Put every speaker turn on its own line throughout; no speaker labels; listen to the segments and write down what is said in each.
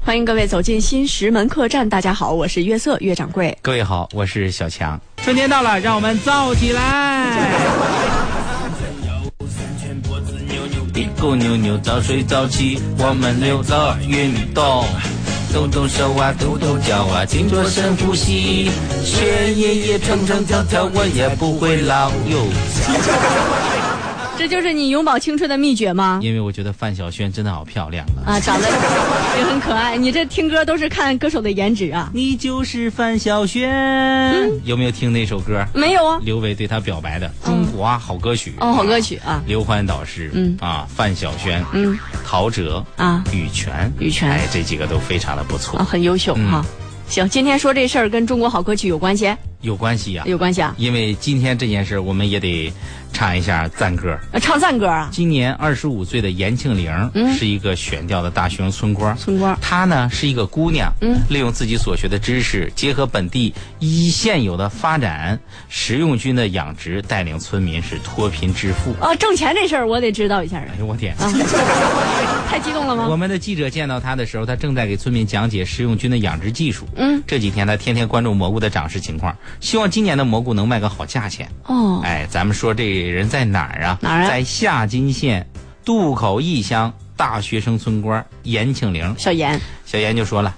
欢迎各位走进新石门客栈。大家好，我是月色月掌柜。
各位好，我是小强。
春天到了，让我们燥起来！
一股扭扭，早睡早起，我们留着运动，动动手啊，抖抖脚啊，请做深呼吸。学爷爷唱唱跳跳，我也不会老哟。
这就是你永葆青春的秘诀吗？
因为我觉得范晓萱真的好漂亮啊！
啊，长得也很可爱。你这听歌都是看歌手的颜值啊？
你就是范晓萱。
嗯有没有听那首歌？
嗯
没有啊？
刘维对她表白的
哦
《中华好歌曲》
哦，好歌曲啊！
刘欢导师，
嗯
啊，范晓萱，
嗯，
陶喆
啊
羽泉，
羽泉
哎，这几个都非常的不
啊，
错，
很优秀哈、
嗯
行，今天说这事儿跟中国好歌曲有关系？
有关系呀。
有关系啊？
因为今天这件事，我们也得唱一下赞歌。
啊唱赞歌啊？
今年二十五岁的严庆玲、是一个选调的大学生嗯村官。嗯
村官
她呢是一个姑娘，利用自己所学的知识，结合本地一现有的发展，实用军的养殖，带领村民是脱贫致富。
啊，挣钱这事儿我得知道一下啊
哎！呦我天！
太激动了
我
吗？
们的记者见到他的时候，他正在给村民讲解食用菌的养殖技术。嗯，这几天他天天关注蘑菇的长势情况，希望今年的蘑菇能卖个好价钱。
哦，
哎，咱们说这人在哪儿啊？
哪儿啊
在夏津县渡口义乡大学生村官严庆玲。
小严，
小严就说了，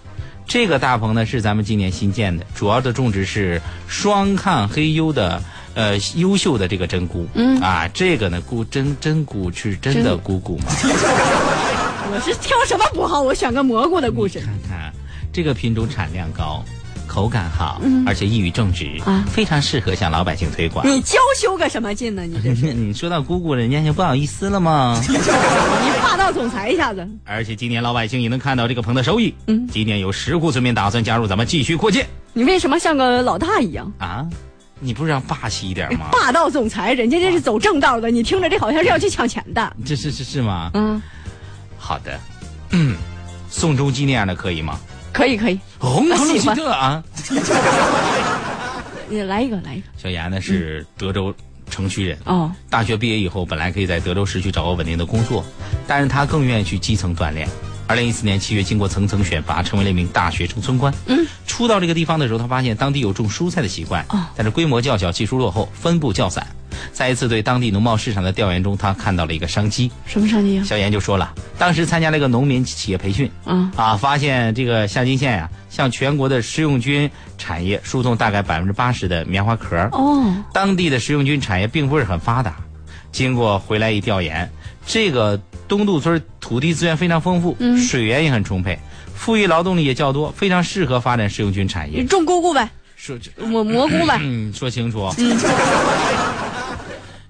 这个大棚呢是咱们今年新建的，主要的种植是双抗黑优的。呃，优秀的这个真菇，嗯啊，这个呢，菇真真菇是真的菇菇 吗？
我是挑什么不好？我选个蘑菇的故 事。
看看啊这个品种产量高，口感好，而且易于种植，
嗯啊嗯
非常适合向老百姓推广。
你娇羞个什么劲呢？你这是
你说到姑姑，人家就不好意思了吗？
你霸道总裁一下子。
而且今年老百姓也能看到这个棚的收益。嗯，今年有十户村民打算加入咱们，继续扩建
你为什么像个老大一样？
啊！你不是要霸气一点吗？
霸道总裁，人家这是走正道的，你听着这好像是要去抢钱的。
这是是是吗？
嗯，
好的，嗯，宋仲基那样的可以吗？
可以可以，
红
啊喜欢
特啊！
你来一个来一个。
小严呢是德州城区人，
哦，
大学毕业以后，本来可以在德州市区找个稳定的工作，但是他更愿意去基层锻炼。二零一四年七月，经过层层选拔，成为了一名大学生村官。嗯，初到这个地方的时候，他发现当地有种蔬菜的习惯，
哦
但是规模较小，技术落后，分布较散。在一次对当地农贸市场的调研中，他看到了一个商机。
什么商机啊？
小严就说了，当时参加了一个农民企业培训，
啊
啊，发现这个夏津县呀、向全国的食用菌产业输送大概百分之八十的棉花壳。
哦，
当地的食用菌产业并不是很发达。经过回来一调研，这个东渡村土地资源非常丰富，
嗯
水源也很充沛，富裕劳动力也较多，非常适合发展食用菌产
你
业。
种姑姑呗，
说这，
蘑蘑菇呗。
嗯，说清楚。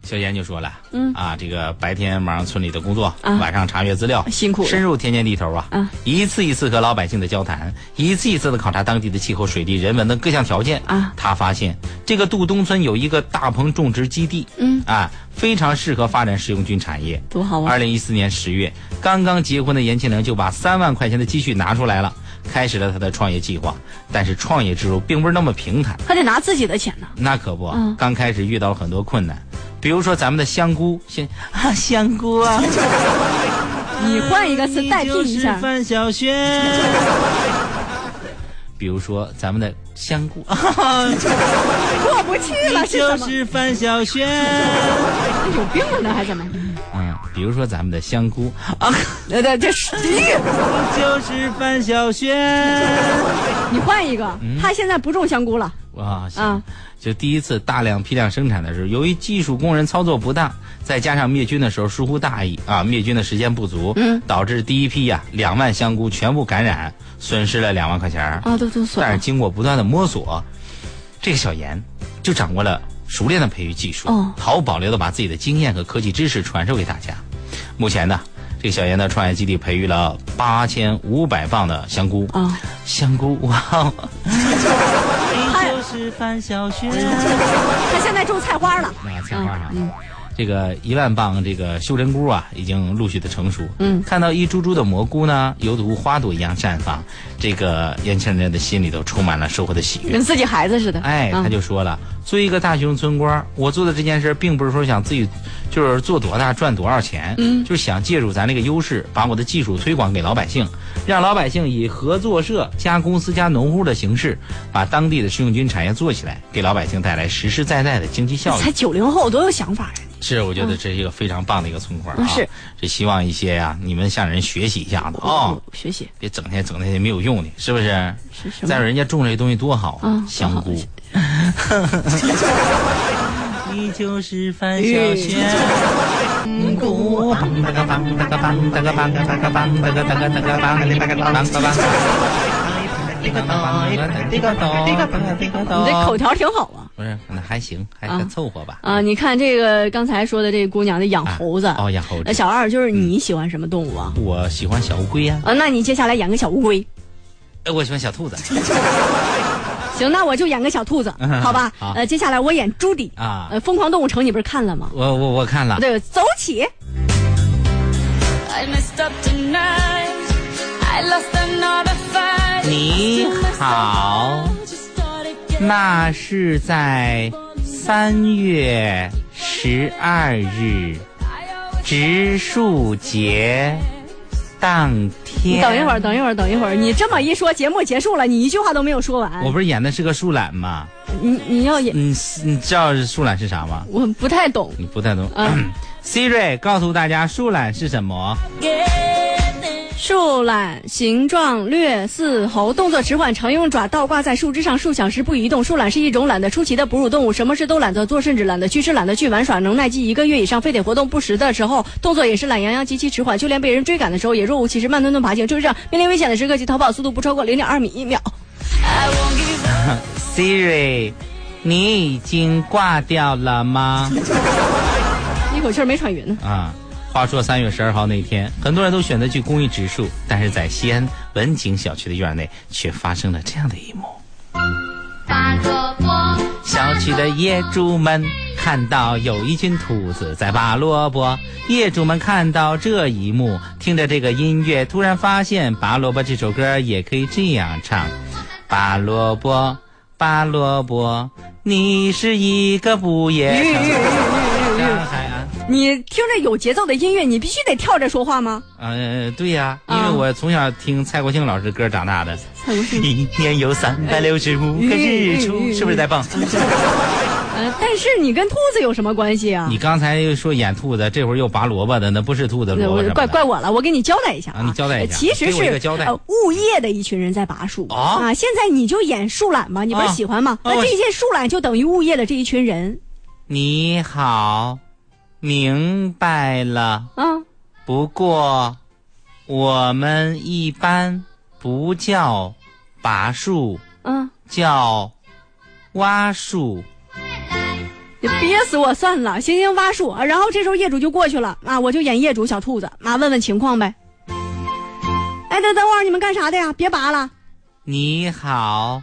小严就说了，嗯啊，这个白天忙村里的工作，
啊
晚上查阅资料，
辛苦了
深入田间地头啊，
啊
一次一次和老百姓的交谈，一次一次的考察当地的气候、水利、人文的各项条件
啊。
他发现这个杜东村有一个大棚种植基地，
嗯
啊，非常适合发展食用菌产业。
多好啊
二零一四年十月，刚刚结婚的严庆玲就把三万块钱的积蓄拿出来了，开始了她的创业计划。但是创业之路并不是那么平坦。
还得拿自己的钱呢。
那可不，
嗯
刚开始遇到了很多困难，比如说咱们的香菇，香啊香菇啊，
你换一个词代替一
你就
下
是。范晓萱。
比如说咱们的香菇 啊，
过不去了
你
是怎
就
么？哎
是范晓萱。
有病呢还怎么？
嗯，比如说咱们的香菇 啊，
呃，对，这是地狱。
你就是范晓萱。
你换一个，他现在不种香菇了。
哇，
啊
行，就第一次大量批量生产的时候，由于技术工人操作不当，再加上灭菌的时候疏忽大意啊，灭菌的时间不足，嗯，导致第一批呀、两万香菇全部感染，损失了两万块钱儿。
啊，都都
但是经过不断的摸索，这个小严就掌握了熟练的培育技术，
哦
毫无保留的把自己的经验和科技知识传授给大家。目前呢，这个小严的创业基地培育了八千五百磅的香菇，
啊，
香菇哇哦，
你就是范晓萱。
他现在种菜花了。
那鲜花啊。这个一万磅这个袖珍菇啊，已经陆续的成熟。
嗯
看到一株株的蘑菇呢，犹如花朵一样绽放，这个年轻人的心里头充满了收获的喜悦。
跟自己孩子似的。
哎，
啊
他就说了，作为一个大学生村官儿，我做的这件事，并不是说想自己就是做多大赚多少钱，嗯，就是想借助咱这个优势，把我的技术推广给老百姓，让老百姓以合作社加公司加农户的形式，把当地的食用菌产业做起来，给老百姓带来实实在在的经济效益
才。九零后，多有想法呀！
是，我觉得这是一个非常棒的一个存款啊！
嗯是，
这希望一些呀、你们向人学习一下子啊、
学习
别整天整那些没有用的，是不是？
是什
再有
么？
人家种这东西多好啊
嗯，
香菇。
你就是范晓萱。
你这口条挺好啊！
不是，那还行，还
啊
还凑合吧。
啊，你看这个刚才说的这姑娘，那养猴子，
哦，养猴
那
子，嗯
小二就是你喜欢什么动物啊？
我喜欢小乌龟呀，
啊，那你接下来养个小乌龟，
哎，我喜欢小兔子
行，那我就演个小兔子，好吧？
嗯好
呃，接下来我演朱迪。
啊
呃，。《疯狂动物城》你不是看了吗？
我我我看了，
对，走起！
I messed up tonight. I lost another fight.
你好，
Just started getting
那是在三月十二日
I always
植树节当天。
你等一会儿，，等一会儿，等一会儿，你这么一说，节目结束了，你一句话都没有说完
我。嗯不是演的是个树懒吗？
你你要演，
你你知道树懒是啥吗？
我不太懂。
你不太懂。
嗯
Siri 告诉大家树懒是什么？
getting
树懒形状略似猴，动作迟缓，常用爪倒挂在树枝上数小时不移动。树懒是一种懒得出奇的哺乳动物，什么事都懒得做，甚至懒得去吃、懒得去玩耍，能耐近一个月以上，非得活动不时的时候，动作也是懒洋洋、极其迟缓，就连被人追赶的时候也若无其事、慢吞吞爬行。就是这样，面临危险的时刻及逃跑速度不超过零点二米一秒。
I won't give up.
Siri，你已经挂掉了吗？
一口气儿没喘匀呢。
啊，话说三月十二号那天，很多人都选择去公益植树，但是在西安文景小区的院内却发生了这样的一幕。
发着光，
小区的业主们看到有一群兔子在拔萝卜，业主们看到这一幕，听着这个音乐，突然发现《拔萝卜》这首歌也可以这样唱：拔萝卜，拔萝卜，你是一个不夜城。上海啊，
你听着有节奏的音乐，你必须得跳着说话吗？
呃，对呀、因
啊
为我从小听蔡国庆老师的歌长大的。
蔡国庆，
一年有三百六十五个日出，是不是在蹦？
呃，但是你跟兔子有什么关系啊
你？刚才又说演兔子，这会儿又拔萝卜的，那不是兔子
对
萝卜
我
什么的
怪怪我了，我给你交代一下啊，
啊你交代一下
呃其实
给我一
是
个交代
呃物业的一群人在拔树
啊
现在你就演树懒嘛，你不是
啊
喜欢吗？
啊
那
我
这些树懒就等于物业的这一群人
你好，明白了。
啊，
不过，我们一般不叫拔树，
嗯，
叫挖树。
你憋死我算了，行行挖树，啊然后这时候业主就过去了啊，我就演业主小兔子啊，问问情况呗。哎，等等会儿你们干啥的呀？别拔了。
你好，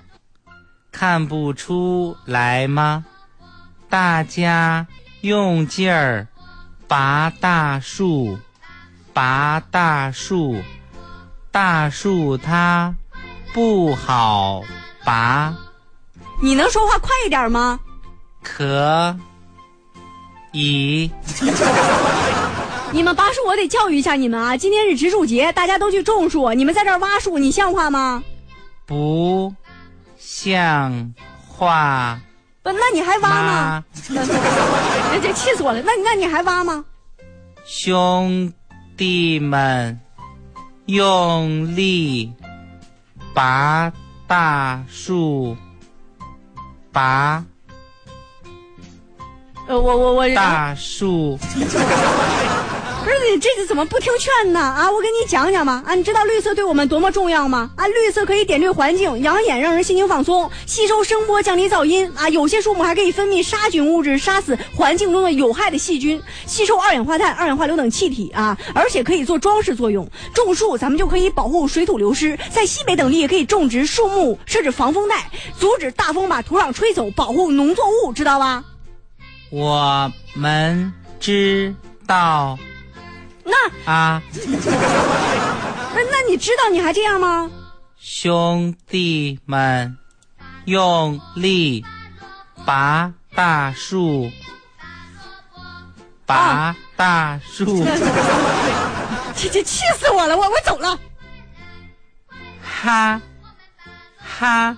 看不出来吗？大家用劲儿拔大树，拔大树，大树它不好拔，
你能说话快一点吗？
可以
你们拔树，我得教育一下你们啊！今天是植树节，大家都去种树，你们在这儿挖树，你像话吗？
不像话
不，那你还挖吗？
吗？
哎，这气死我了！那那你还挖吗？
兄弟们，用力拔大树，拔
呃，我我我，
大树。
不是你这是怎么不听劝呢？啊，我给你讲讲嘛！啊，你知道绿色对我们多么重要吗？啊，绿色可以点缀环境，养眼让人心情放松，吸收声波，降低噪音啊。有些树木还可以分泌杀菌物质，杀死环境中的有害的细菌，吸收二氧化碳、二氧化硫等气体啊，而且可以做装饰作用。种树咱们就可以保护水土流失，在西北等地也可以种植树木，设置防风带，阻止大风把土壤吹走，保护农作物，知道吧？
我们知道
那
啊，
那哎那你知道你还这样吗？
兄弟们，用力拔大树，拔大树，
这这气死我了，我我走了。
哈哈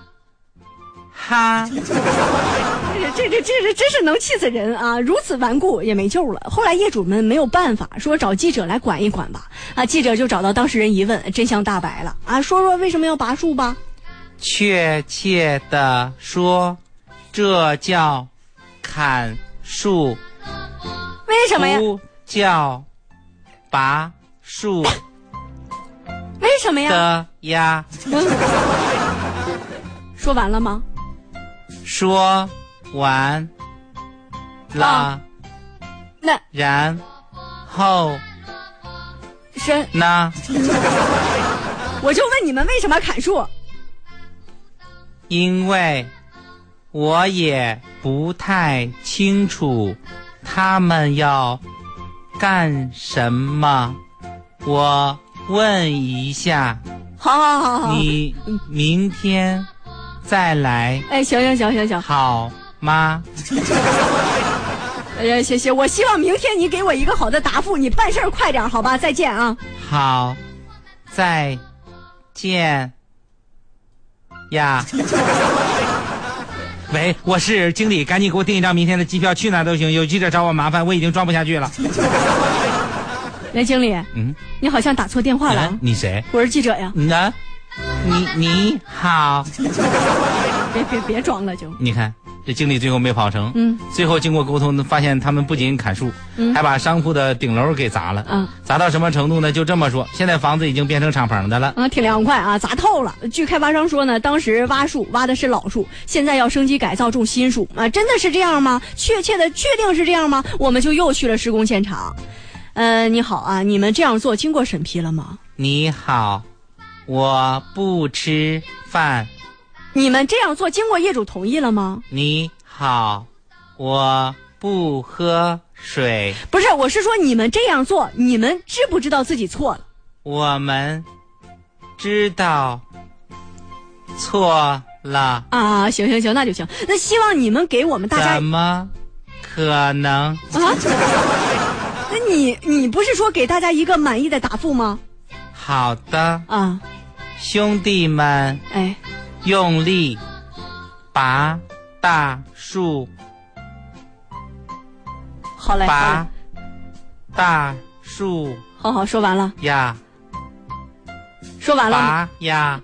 哈！
这这这这真是能气死人啊！如此顽固也没救了。后来业主们没有办法，说找记者来管一管吧。啊，记者就找到当事人一问，真相大白了啊！说说为什么要拔树吧？
确切的说，这叫砍树，
为什么呀？
不叫拔树
为什么呀？
的呀。
说完了吗？
说完了
啊，那
然后
是
呢？
我就问你们为什么砍树？
因为我也不太清楚他们要干什么，我问一下，
好好好好好。
你明天再来
哎，行行行行行，
好吗？
呃，行行，我希望明天你给我一个好的答复，你办事儿快点儿，好吧？再见啊！
好，再见呀。 喂，我是经理，赶紧给我订一张明天的机票，去哪儿都行。有记者找我麻烦，我已经装不下去了。
袁经理，
嗯，
你好像打错电话了，
啊你谁？
我是记者呀，
你呢？你你好，
别别别装了就。
你看这经理最后没跑成。
嗯，
最后经过沟通，发现他们不仅砍树，还把商铺的顶楼给砸了。
嗯，
砸到什么程度呢？就这么说，现在房子已经变成敞篷的了。
啊，挺凉快啊，砸透了。据开发商说呢，当时挖树挖的是老树，现在要升级改造种新树啊，真的是这样吗？确切的确定是这样吗？我们就又去了施工现场。呃，你好啊，你们这样做经过审批了吗？
你好，我不吃饭。
你们这样做经过业主同意了吗？
你好，我不喝水。
不是，我是说你们这样做，你们知不知道自己错了？
我们知道错了，
啊，行行行，那就行。那希望你们给我们大家
怎么可能？
啊， 那你你不是说给大家一个满意的答复吗？
好的，
啊，
兄弟们，
哎，
用力拔大树，
好嘞，好
拔
嘞
大树
好好说完了，
呀，
说完了吗。
拔呀！